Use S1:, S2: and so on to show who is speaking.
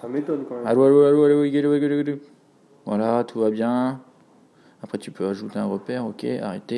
S1: Ça m'étonne quand même.
S2: Allô, allô, allô, allô, allô, allô, allô, allô. Voilà, tout va bien. Après, tu peux ajouter un repère, ok, arrêter.